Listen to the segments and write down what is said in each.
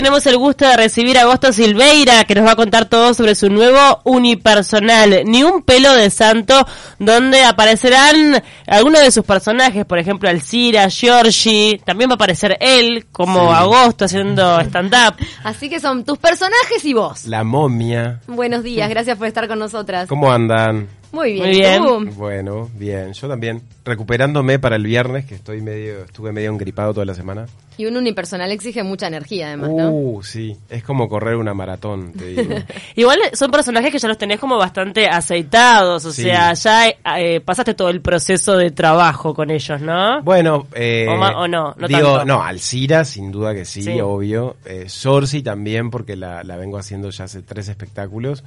Tenemos el gusto de recibir a Agosto Silveira, que nos va a contar todo sobre su nuevo unipersonal, Ni un pelo de santo, donde aparecerán algunos de sus personajes, por ejemplo, Alcira, Giorgi, también va a aparecer él, como Sí. Agosto haciendo stand-up. Así que son tus personajes y vos. La momia. Buenos días, gracias por estar con nosotras. ¿Cómo andan? Muy bien. Uh, Muy bien. ¿tú? Bueno, bien. Yo también recuperándome para el viernes, que estoy medio, estuve medio engripado toda la semana. Y un unipersonal exige mucha energía además, ¿no? Uh, sí. Es como correr una maratón, te digo. Igual son personajes que ya los tenés como bastante aceitados, o Sí. sea, ya eh, pasaste todo el proceso de trabajo con ellos, ¿no? bueno, eh, O ma- o no, no digo, tanto. no, Alcira sin duda que sí, Sí. obvio. Eh, Sorsi también, porque la, la vengo haciendo ya hace tres espectáculos.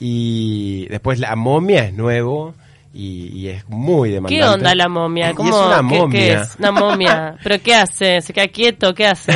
Y después la momia es nuevo y, y es muy demandante. ¿Qué onda la momia? Y ¿Cómo, es una qué- momia. ¿qué, es? Una momia. ¿Pero qué hace? ¿Se queda quieto? ¿Qué hace?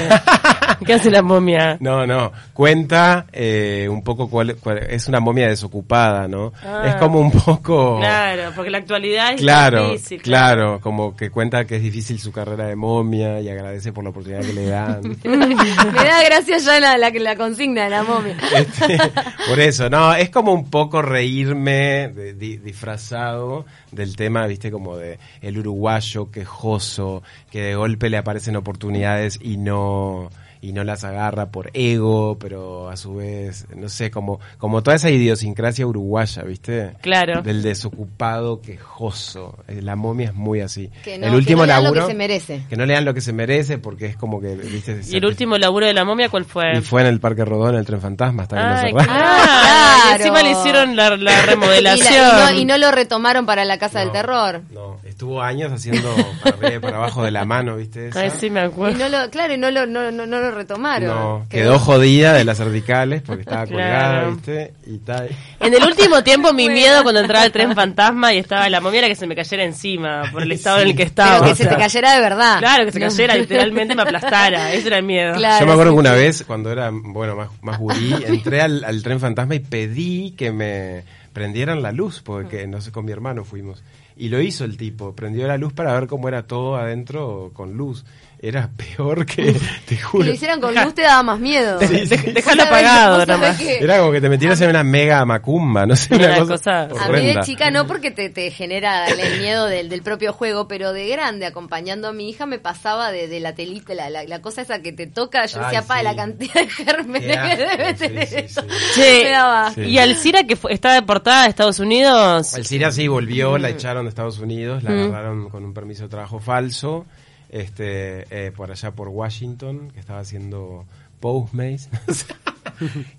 ¿Qué hace la momia? No, no. Cuenta eh, un poco cuál, cuál- es una momia desocupada, ¿no? Ah. Es como un poco. Claro, porque la actualidad es Claro, difícil. claro, como que cuenta que es difícil su carrera de momia y agradece por la oportunidad que le dan. Me da gracia ya la, la, la consigna de la momia. Este, por eso, no, es como un poco reírme de- di- disfrazado del tema, viste, como de el uruguayo quejoso, que de golpe le aparecen oportunidades y no y no las agarra por ego, pero a su vez, no sé, como como toda esa idiosincrasia uruguaya, ¿viste? Claro. Del desocupado quejoso. Eh, La momia es muy así. Que no- el último que no le dan lo laburo que se merece. que no le dan lo que se merece porque es como que, ¿viste? ¿Y el último laburo de la momia cuál fue? y fue en el Parque Rodón, en el Tren Fantasma, hasta que lo Ay, cerraron. claro. Ah, Claro. Y encima le hicieron la, la Y, la- y remodelación. no, y no lo retomaron para la Casa del No, Terror. No, estuvo años haciendo para arriba y para abajo de la mano, ¿viste? esa? Ay, sí, me Y acuerdo. no lo, claro, y no lo, no, no, no lo retomaron. No, quedó jodida de las cervicales porque estaba colgada, Claro. ¿viste? Y tal. En el último tiempo mi Bueno. miedo cuando entraba el tren fantasma y estaba la momia era que se me cayera encima por el estado en el que estaba. Pero que o se te sea. cayera de verdad. Claro, que se No. cayera, literalmente me aplastara. Ese era el miedo. Claro, Yo me acuerdo sí, que una sí. vez, cuando era, bueno, más, más gurí, entré al, al tren fantasma y pedí que me prendieran la luz, porque no sé, con mi hermano fuimos. Y lo hizo el tipo, prendió la luz para ver cómo era todo adentro con luz. Era peor que, Si te juro. lo hicieran con luz te daba más miedo. Sí, sí. Dej- Dejalo Vos sabés- apagado, vos nada sabés más. que- Era como que te metieras en una mega macumba, no sé, una, Una cosa- cosa, A mí de horrenda. chica no porque te, te genera el miedo del, del propio juego, pero de grande, acompañando a mi hija, me pasaba de, de la telita, la, la, la cosa esa que te toca, yo Ay, decía, pa, sí. la cantidad de gérmenes Qué que asco, debe sí, tener sí, eso. sí. Che, Me daba- Sí. y Alcira que fue- está deportada de Estados Unidos. Alcira sí volvió, la echaron de Estados Unidos, la agarraron con un permiso de trabajo falso, este, eh, por allá por Washington, que estaba haciendo Postmates,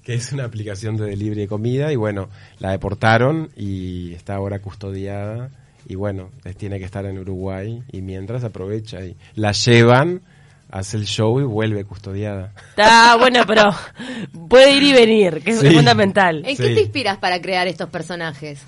que es una aplicación de delivery de comida, y bueno, la deportaron y está ahora custodiada, y bueno, eh, tiene que estar en Uruguay, y mientras aprovecha y la llevan, hace el show y vuelve custodiada. Está bueno, pero puede ir y venir, que es Sí. fundamental. ¿En Sí. qué te inspiras para crear estos personajes?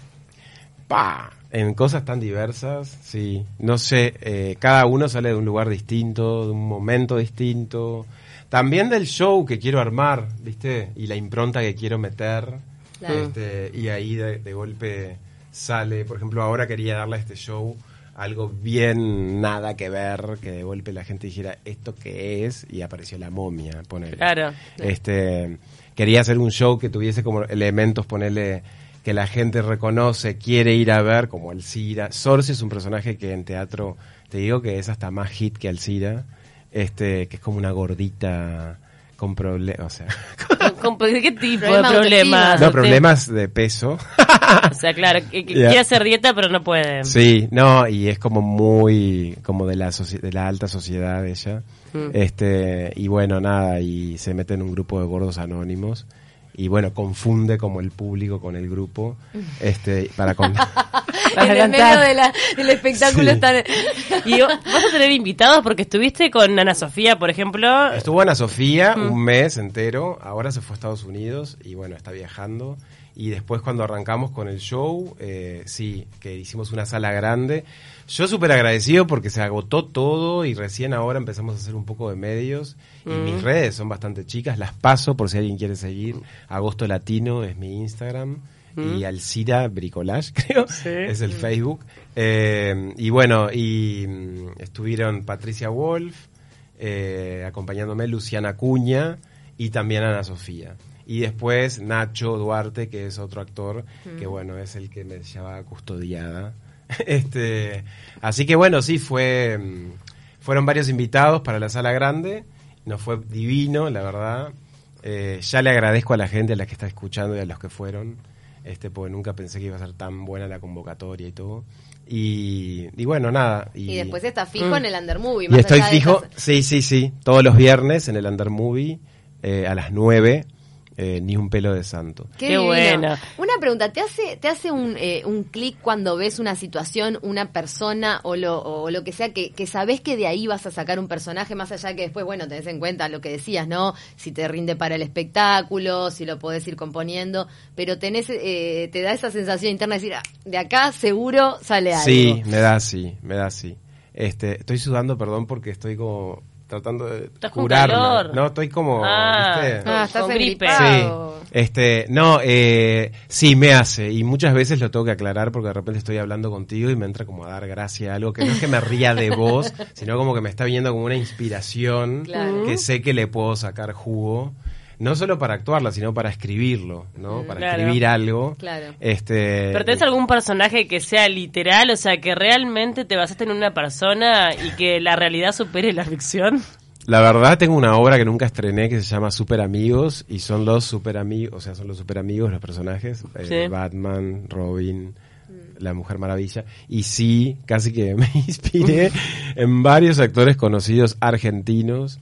pa en cosas tan diversas sí no sé eh, cada uno sale de un lugar distinto de un momento distinto también del show que quiero armar viste y la impronta que quiero meter Claro. este, y ahí de, de golpe sale por ejemplo ahora quería darle a este show algo bien nada que ver que de golpe la gente dijera esto qué es y apareció la momia poner Claro. este, quería hacer un show que tuviese como elementos, ponerle que la gente reconoce, quiere ir a ver, como Alcira. Sorsi es un personaje que en teatro, te digo que es hasta más hit que Alcira, este, que es como una gordita con problemas, o sea, ¿Con- con- ¿Qué tipo Problema de problemas? autoestima. no, problemas de peso. O sea, claro, que, que Yeah. quiere hacer dieta, pero no puede. Sí, no, y es como muy, como de la, soci- de la alta sociedad ella. Este, y bueno, nada, y se mete en un grupo de gordos anónimos. Y bueno, confunde como el público con el grupo. Este, para con... Vas a en el cantar. medio de la- del espectáculo Sí. están... Y vos- vas a tener invitados porque estuviste con Ana Sofía, por ejemplo. Estuvo Ana Sofía un mes entero, ahora se fue a Estados Unidos y bueno, está viajando. Y después cuando arrancamos con el show, eh, sí, que hicimos una sala grande. Yo súper agradecido porque se agotó todo y recién ahora empezamos a hacer un poco de medios. Y mis redes son bastante chicas, las paso por si alguien quiere seguir. Agosto Latino es mi Instagram. Y Alcira Bricolage, creo, es el Facebook. Eh, y bueno, y mm, estuvieron Patricia Wolf, eh, acompañándome Luciana Cuña y también Ana Sofía. Y después Nacho Duarte, que es otro actor, que bueno, es el que me llevaba custodiada. este, así que bueno, sí, fue, mm, fueron varios invitados para la sala grande. Nos fue divino, la verdad. Eh, ya le agradezco a la gente, a la que está escuchando y a los que fueron, este, porque nunca pensé que iba a ser tan buena la convocatoria y todo. Y, y bueno, nada. Y después está fijo en el Undermovie. Y más estoy allá de fijo, estas- sí, sí, sí, todos los viernes en el Undermovie eh, a las 9, eh, ni un pelo de santo. Qué, Qué divino. bueno. Una pregunta, ¿te hace, te hace un, eh, un clic cuando ves una situación, una persona o lo, o lo que sea, que, que sabes que de ahí vas a sacar un personaje, más allá que después, bueno, tenés en cuenta lo que decías, ¿no? Si te rinde para el espectáculo, si lo podés ir componiendo, pero tenés, eh, te da esa sensación interna de decir, "Ah, de acá seguro sale algo. Sí, me da así, me da así. Este, estoy sudando, perdón, porque estoy como tratando de Estás con curarme. calor. No, estoy como, Ah. ¿viste? Ah, estás Con gripe. Sí. agripado. Este, no, eh, sí, me hace. Y muchas veces lo tengo que aclarar porque de repente estoy hablando contigo y me entra como a dar gracia a algo que no es que me ría de vos, sino como que me está viendo como una inspiración Claro. que sé que le puedo sacar jugo. No solo para actuarla, sino para escribirlo, ¿no? Para Mm, Claro. escribir algo. Claro. Este, ¿Pero tenés algún personaje que sea literal? O sea, que realmente te basaste en una persona y que la realidad supere la ficción. La verdad tengo una obra que nunca estrené que se llama Super Amigos y son los super amigos, o sea, son los super amigos los personajes, eh, Sí. Batman, Robin, la Mujer Maravilla y sí, casi que me inspiré en varios actores conocidos argentinos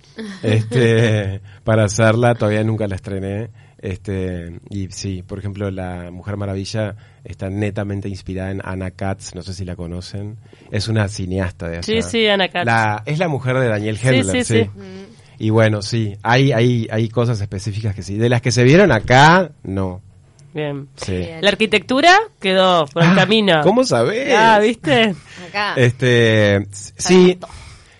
este para hacerla, todavía nunca la estrené. Este, y sí, por ejemplo, la Mujer Maravilla está netamente inspirada en Anna Katz, no sé si la conocen. Es una cineasta de Sí, allá. sí, Anna Katz. La- es la mujer de Daniel Sí, sí, Hendler, sí, sí. Mm, Y bueno, sí, hay, hay, hay cosas específicas que sí. De las que se vieron acá, no. Bien. Sí. Bien. La arquitectura quedó por el Ah, camino. ¿Cómo sabés? Ah, ¿viste? Acá. Este, sí,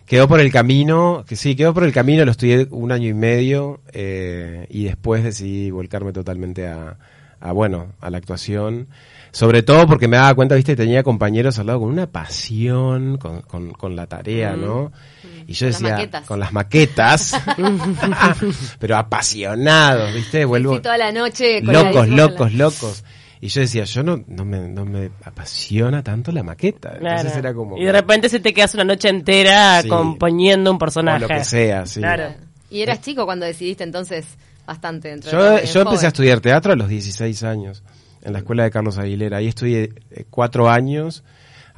quedó por el camino, que sí, quedó por el camino, lo estudié un año y medio eh, y después decidí volcarme totalmente a, a, bueno, a la actuación. Sobre todo porque me daba cuenta, viste, tenía compañeros al lado con una pasión, con, con, con la tarea, ¿no? Y Con yo Mm. las decía, maquetas. con las maquetas, pero apasionados, viste, vuelvo Sí, toda la noche. locos, colgadísimo con la- locos, locos. Y yo decía, yo no, no, me, no me apasiona tanto la maqueta. Entonces Claro. era como... Y de repente se te quedas una noche entera Sí. componiendo un o personaje. lo que sea, sí. Claro. Y eras chico cuando decidiste entonces bastante dentro de Eh. Yo, todo, yo empecé a joven. estudiar teatro a los 16 años, en la escuela de Carlos Aguilera. Ahí estudié eh, cuatro años.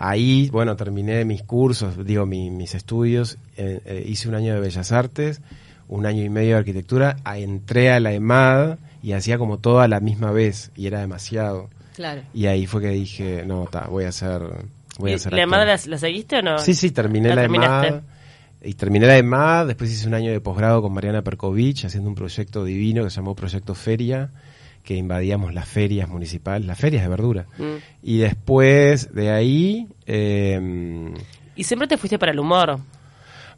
Ahí, bueno, terminé mis cursos, digo, mi- mis estudios. Eh, eh, hice un año de Bellas Artes, un año y medio de arquitectura. Ah, Entré a la EMAD y hacía como todo a la misma vez. Y era demasiado. Claro. Y ahí fue que dije, no, ta, voy a hacer... Voy ¿Y a hacer ¿La actor. madre la, la seguiste o no? Sí, sí, terminé ¿La la terminaste? EMAD. Y terminé la EMAD, después hice un año de posgrado con Mariana Perkovich haciendo un proyecto divino que se llamó Proyecto Feria, que invadíamos las ferias municipales, las ferias de verdura. Mm. Y después de ahí, eh, Y siempre te fuiste para el humor.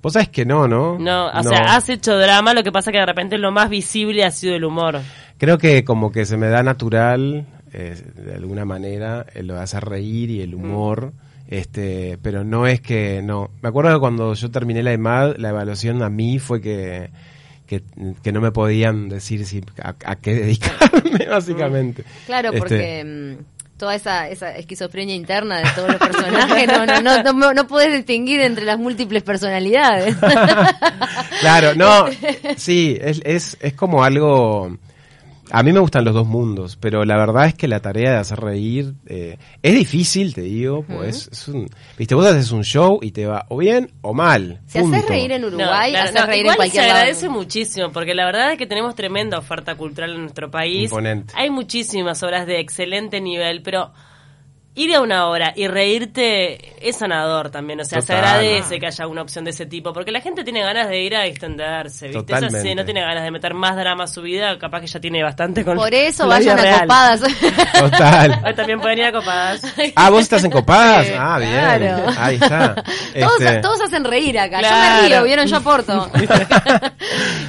vos sabés que no, ¿no? No, o sea, has hecho drama, lo que pasa que de repente lo más visible ha sido el humor. Creo que como que se me da natural, eh, de alguna manera, eh, lo de hacer reír y el humor. Este, pero no es que no. Me acuerdo que cuando yo terminé la EMAD, la evaluación a mí fue que, que, que no me podían decir si a, a qué dedicarme, básicamente. Claro, Este, porque mm, toda esa, esa esquizofrenia interna de todos los personajes, no, no, no, no, no podés distinguir entre las múltiples personalidades. Claro, no, sí, es, es, es como algo... A mí me gustan los dos mundos, pero la verdad es que la tarea de hacer reír eh, es difícil, te digo, pues es un... Viste, vos haces un show y te va o bien o mal. si haces punto. reír en No, Uruguay, claro, haces no, reír en igual cualquier se lado. agradece muchísimo, porque la verdad es que tenemos tremenda oferta cultural en nuestro país. Imponente. Hay muchísimas obras de excelente nivel, pero ir a una obra y reírte es sanador también. O sea, se Total. agradece que haya una opción de ese tipo, porque la gente tiene ganas de ir a extenderse, ¿viste? Es así, Totalmente. no tiene ganas de meter más drama a su vida, capaz que ya tiene bastante con Por eso la vida vayan a real. copadas. Hoy Total. también pueden ir a copadas. Ah, vos estás en copadas. Sí, Ah, bien. Eh, claro. Ahí está. Todos, Este, todos hacen reír acá. Yo me Claro. río, vieron, yo aporto.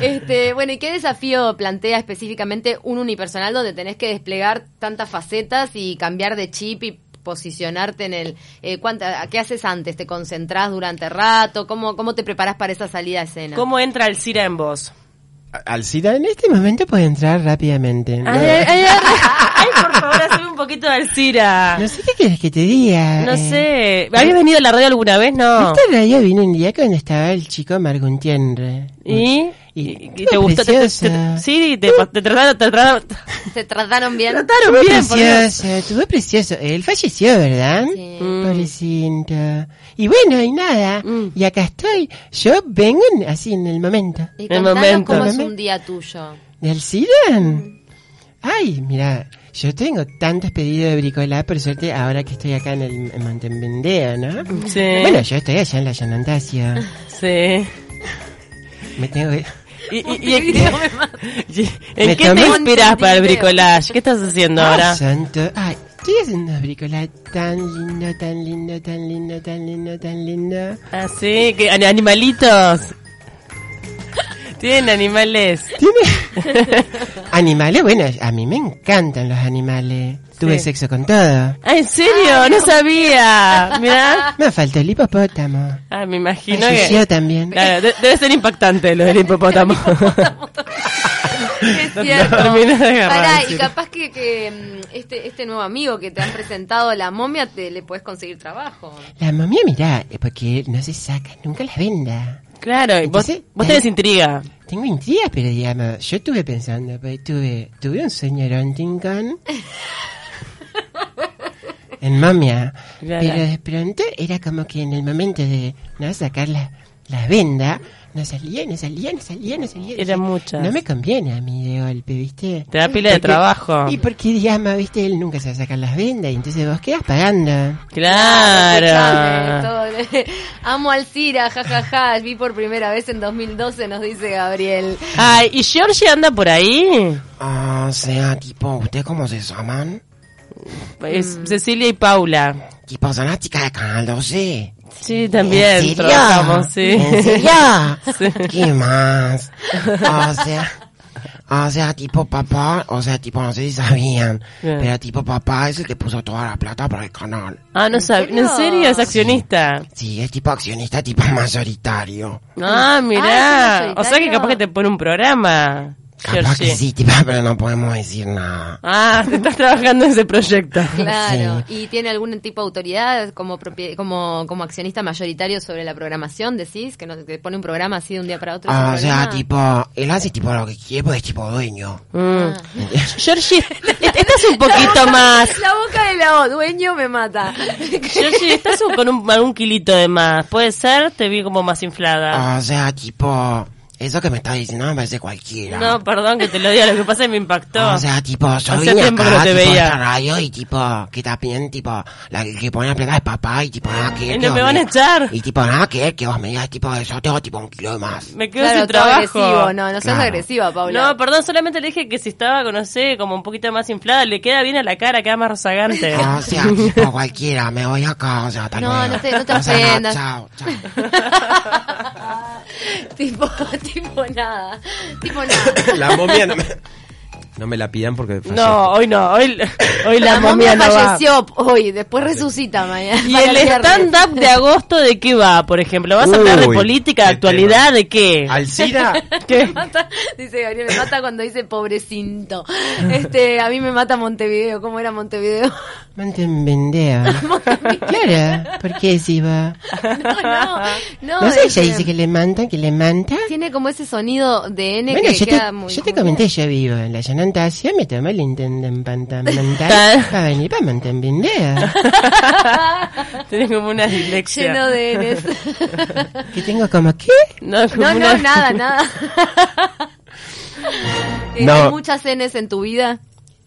este, bueno, ¿y qué desafío plantea específicamente un unipersonal donde tenés que desplegar tantas facetas y cambiar de chip y posicionarte en el... Eh, cuánta- ¿Qué haces antes? ¿Te concentrás durante rato? ¿Cómo, cómo te preparás para esa salida a escena? ¿Cómo entra el Cira en vos? al SIDA en este momento puede entrar rápidamente. ¿no? Ay, ay, ay, ay, ay, por favor, hazme un poquito de Alcira. No sé qué quieres que te diga. No eh. sé. ¿Habías venido a la radio alguna vez? No. Esta radio vino un día cuando estaba el chico Marguntienre. ¿Y? ¿Y- y te Estuvo gustó? Te- te- preciosa. te- sí, te, te trataron, te trataron, te ¿Se trataron bien? trataron Estuvo bien. por Dios. precioso, estuvo precioso. Él falleció, ¿verdad? Sí. Mm. Pobrecito. Y bueno, y nada. Mm. Y acá estoy. Yo vengo en- así en el momento. Y El contanos momento. cómo es Momento. un día tuyo. ¿Del Mm. Sidan? Ay, mira, yo tengo tantos pedidos de bricolá, por suerte, ahora que estoy acá en el en Montevideo, ¿no? Sí. Bueno, yo estoy allá en la Yanantasia. sí. Me tengo que... ¿Y, y- y- y- Me en qué tomé te un inspiras para el bricolage? ¿Qué estás haciendo Ay, ahora? santo. Ay, estoy haciendo unos bricolá tan lindo, tan lindo, tan lindo, tan lindo, tan lindo. Así, Ah, que an- animalitos. Tienen animales. Tiene... animales, bueno, a mí me encantan los animales. Tuve Sí. sexo con todo. Ah, ¿en serio? No sabía. Mirá. Me faltó el hipopótamo. Ah, me imagino Falleció que... también. Claro, de- debe ser impactante lo del hipopótamo. Es No te cierto. terminas de agarrar, Pará, y sí. capaz que, que, mm, este, este nuevo amigo que te han presentado, la momia, te le puedes conseguir trabajo. La momia, mirá, eh, porque no se saca nunca la venda. Claro, y vos, Entonces, vos eh. tenés intriga. Tengo intrigas, pero digamos, yo estuve pensando, pues tuve, tuve un sueño erótico en momia, Claro. pero de pronto era como que en el momento de no sacar la, la venda, no salía, no salía, no salía, no salía. Eran Dije, muchas. No me conviene a mí de golpe, ¿viste? Te da pila de trabajo. Y porque, digamos, ¿viste? Él nunca se va a sacar las vendas y entonces vos quedás pagando. Escuchame, Claro. todo- Amo al Cira, jajaja. Vi por primera vez en 2012, nos dice Gabriel. Ay, ¿y Georgie anda por ahí? Ah, o sea, tipo, ¿usted cómo se llaman? Es Cecilia y Paula. Tipo, son las chicas de Canal 12. Sí, también ¿En serio? trabajamos, sí. ¿En serio? Sí. ¿Qué más? O sea, o sea, tipo papá, o sea, tipo, no sé si sabían, Bien. pero tipo papá es el que puso toda la plata para el canal. Ah, no sabía. ¿En serio? Es accionista. Sí, es tipo accionista, tipo mayoritario. Ah, Ah, mirá. es un o sea que solitario. capaz que te pone un programa, Capaz que Georgie. sí, tipo, pero no podemos decir nada. Ah, te estás trabajando en ese proyecto. Claro. ¿Y tiene algún tipo de autoridad como, propie- como, como accionista mayoritario sobre la programación, decís? Que, no, que pone un programa así de un día para otro. O Ah, sin sea, problema. tipo, él hace tipo lo que quiere porque es tipo dueño. Mm. Georgie, est- estás un poquito más. La boca de la O, dueño me mata. Georgie, estás un- con un, algún kilito de más. Puede ser, te vi como más inflada. O sea, tipo, eso que me está diciendo me parece cualquiera. No, perdón que te lo diga, lo que pasa es que me impactó. Ah, O sea, tipo, yo Hacía vine tiempo acá, que no te tipo, veía. a esta radio y tipo, que también, tipo, la que, que pone la plata es papá y tipo, nada que Y ver, no que me vos van a echar. Y tipo, nada que ver, que vos me digas, tipo, yo tengo tipo un kilo de más. me quedo claro, sin todo agresivo. trabajo. No, no seas Claro. agresiva, Paula. No, perdón, solamente le dije que si estaba, con, no sé, como un poquito más inflada, le queda bien a la cara, queda más rozagante. Ah, O sea, tipo, cualquiera, me voy acá, o sea, tal No, no te- no te ofendas. chao, chao. tipo, tipo nada. Tipo nada. La momia no me, la pidan porque No, hoy no, hoy, hoy la, La momia, momia no va. falleció hoy, después resucita mañana. ¿Y para el viernes. stand-up de agosto de qué va, por ejemplo? ¿Vas a hablar de Uy, política, de qué actualidad, tema. de qué? Alcira, ¿Qué? Mata- dice Gabriel, me mata cuando dice pobrecinto. Este, a mí me mata Montevideo. ¿Cómo era Montevideo? Montevideo. claro, porque si va. No, no. No, No sé, este, ella dice que le manta, que le manta. Tiene como ese sonido de N Bueno, que yo te, queda muy. yo te muy comenté, bien. yo vivo en la llananta Asia, me tomé el Nintendo en Tal. pantamental para venir para Montevideo. Tenés como una dislexia. Lleno de N. Que tengo como, ¿qué? No, como No, no, una- nada, nada. Eh, No. ¿Hay muchas Ns en tu vida?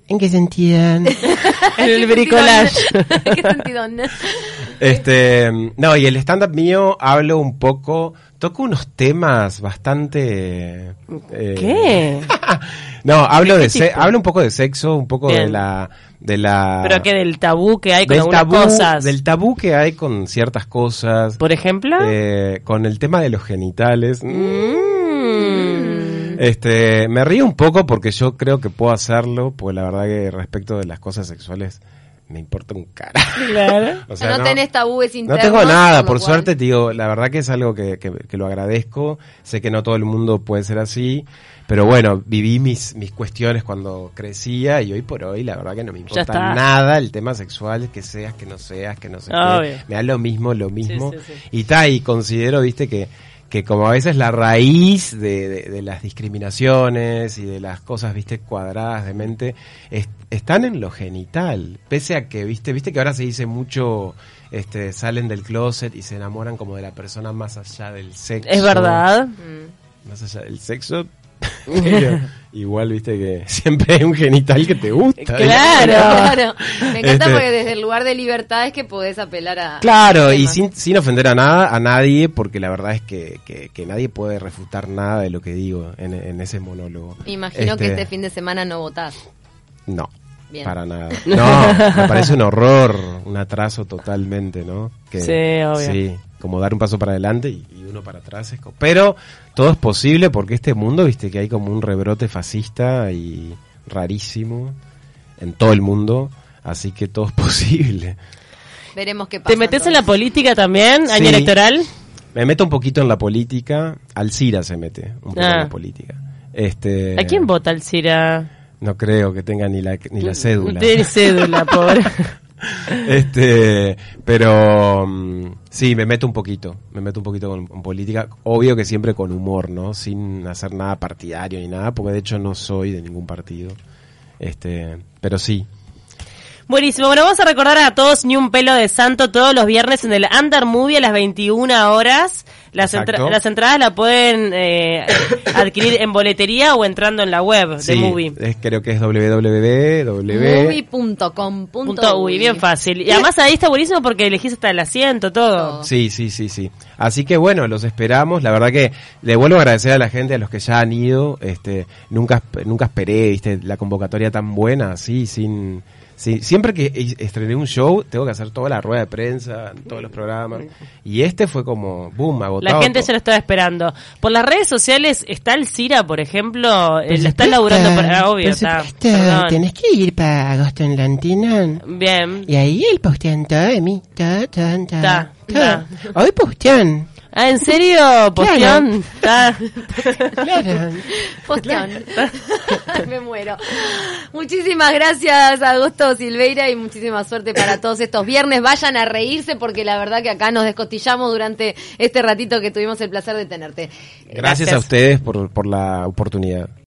¿En qué sentido? En el ¿Qué sentido bricolage. N? ¿Qué sentido N? Este, no, y el stand-up mío hablo un poco, toco unos temas bastante... eh, ¿Qué? no, hablo de, tipo? se- hablo un poco de sexo, un poco de Bien. la... De la Pero que del tabú que hay con Ah. del algunas tabú, cosas. del tabú que hay con ciertas cosas. Por ejemplo. eh, con el tema de los genitales. Mm. Mm. Este, me río un poco porque yo creo que puedo hacerlo, pues la verdad que respecto de las cosas sexuales me importa un cara. Claro. O no, tenés tabúes internos. No tengo nada, con lo por cual- suerte, te digo, la verdad que es algo que, que- que lo agradezco. Sé que no todo el mundo puede ser así, Pero bueno, viví mis, mis cuestiones cuando crecía y hoy por hoy la verdad que no me está. importa nada el tema sexual, que seas, que no seas, que no sé Obvio. qué. Me da lo mismo, lo mismo. sí, sí. Y ta, y considero, viste, que, que como a veces la raíz de, de- de las discriminaciones y de las cosas, viste, cuadradas de mente, es- están en lo genital. Pese a que, viste, viste que ahora se dice mucho, este, salen del closet y se enamoran como de la persona más allá del sexo Es verdad. Mm. más allá del sexo, pero igual viste que siempre hay un genital que te gusta. Claro. Claro. Me encanta Este- porque desde el lugar de libertad es que podés apelar a. Claro, y temas. sin, sin ofender a nada, a nadie, porque la verdad es que, que- que nadie puede refutar nada de lo que digo en, en ese monólogo. Me imagino que este fin de semana no votás. No, Bien. para nada. No, me parece un horror, un atraso totalmente, ¿no? Que, Sí, obvio. Sí, como dar un paso para adelante y, y uno para atrás. Es co- pero todo es posible porque este mundo, viste, que hay como un rebrote fascista y rarísimo en todo el mundo. Así que todo es posible. Veremos qué pasa. ¿Te metes en la entonces. política también? ¿Año Sí. electoral? Me meto un poquito en la política. Alcira se mete un poco en Ah. la política. Este, ¿A quién vota el CIRA? No creo que tenga ni la, ni la cédula. Tiene cédula, pobre. este pero mm, sí me meto un poquito me meto un poquito con, con política obvio que siempre con humor no sin hacer nada partidario ni nada porque de hecho no soy de ningún partido este pero sí Buenísimo, bueno, vamos a recordar a todos Ni un pelo de santo todos los viernes en el Under Movie a las 21 horas. Las, Exacto. entra- las entradas la pueden eh, adquirir en boletería o entrando en la web de sí, Eh, Movie. es- creo que es www Punto uy, Movie.com.uy. bien fácil. Y además ahí está buenísimo porque elegís hasta el asiento, todo. Sí, sí, sí, sí. Así que bueno, los esperamos. La verdad que le vuelvo a agradecer a la gente, a los que ya han ido. Este, nunca, nunca esperé, viste, la convocatoria tan buena, así, sin, sin- siempre que es- estrené un show, tengo que hacer toda la rueda de prensa, en todos los programas. Y este fue como, boom, agotado. La gente todo. se lo estaba esperando. Por las redes sociales está el Cira, por ejemplo, eh, la está Por laburando por supuesto, ah, obvio, por está. supuesto, Perdón. tenés que ir para agosto en Lantinón. Bien. Y ahí él postean todo de mí. Todo, todo, todo. Ta, todo. ta. Hoy postean. Ah, ¿en serio? Ah. Poción. Está- Claro. Posteón. Me muero. Muchísimas gracias, Agosto Silveira, y muchísima suerte para todos estos viernes. Vayan a reírse porque la verdad que acá nos descostillamos durante este ratito que tuvimos el placer de tenerte. Gracias a ustedes por, por la oportunidad.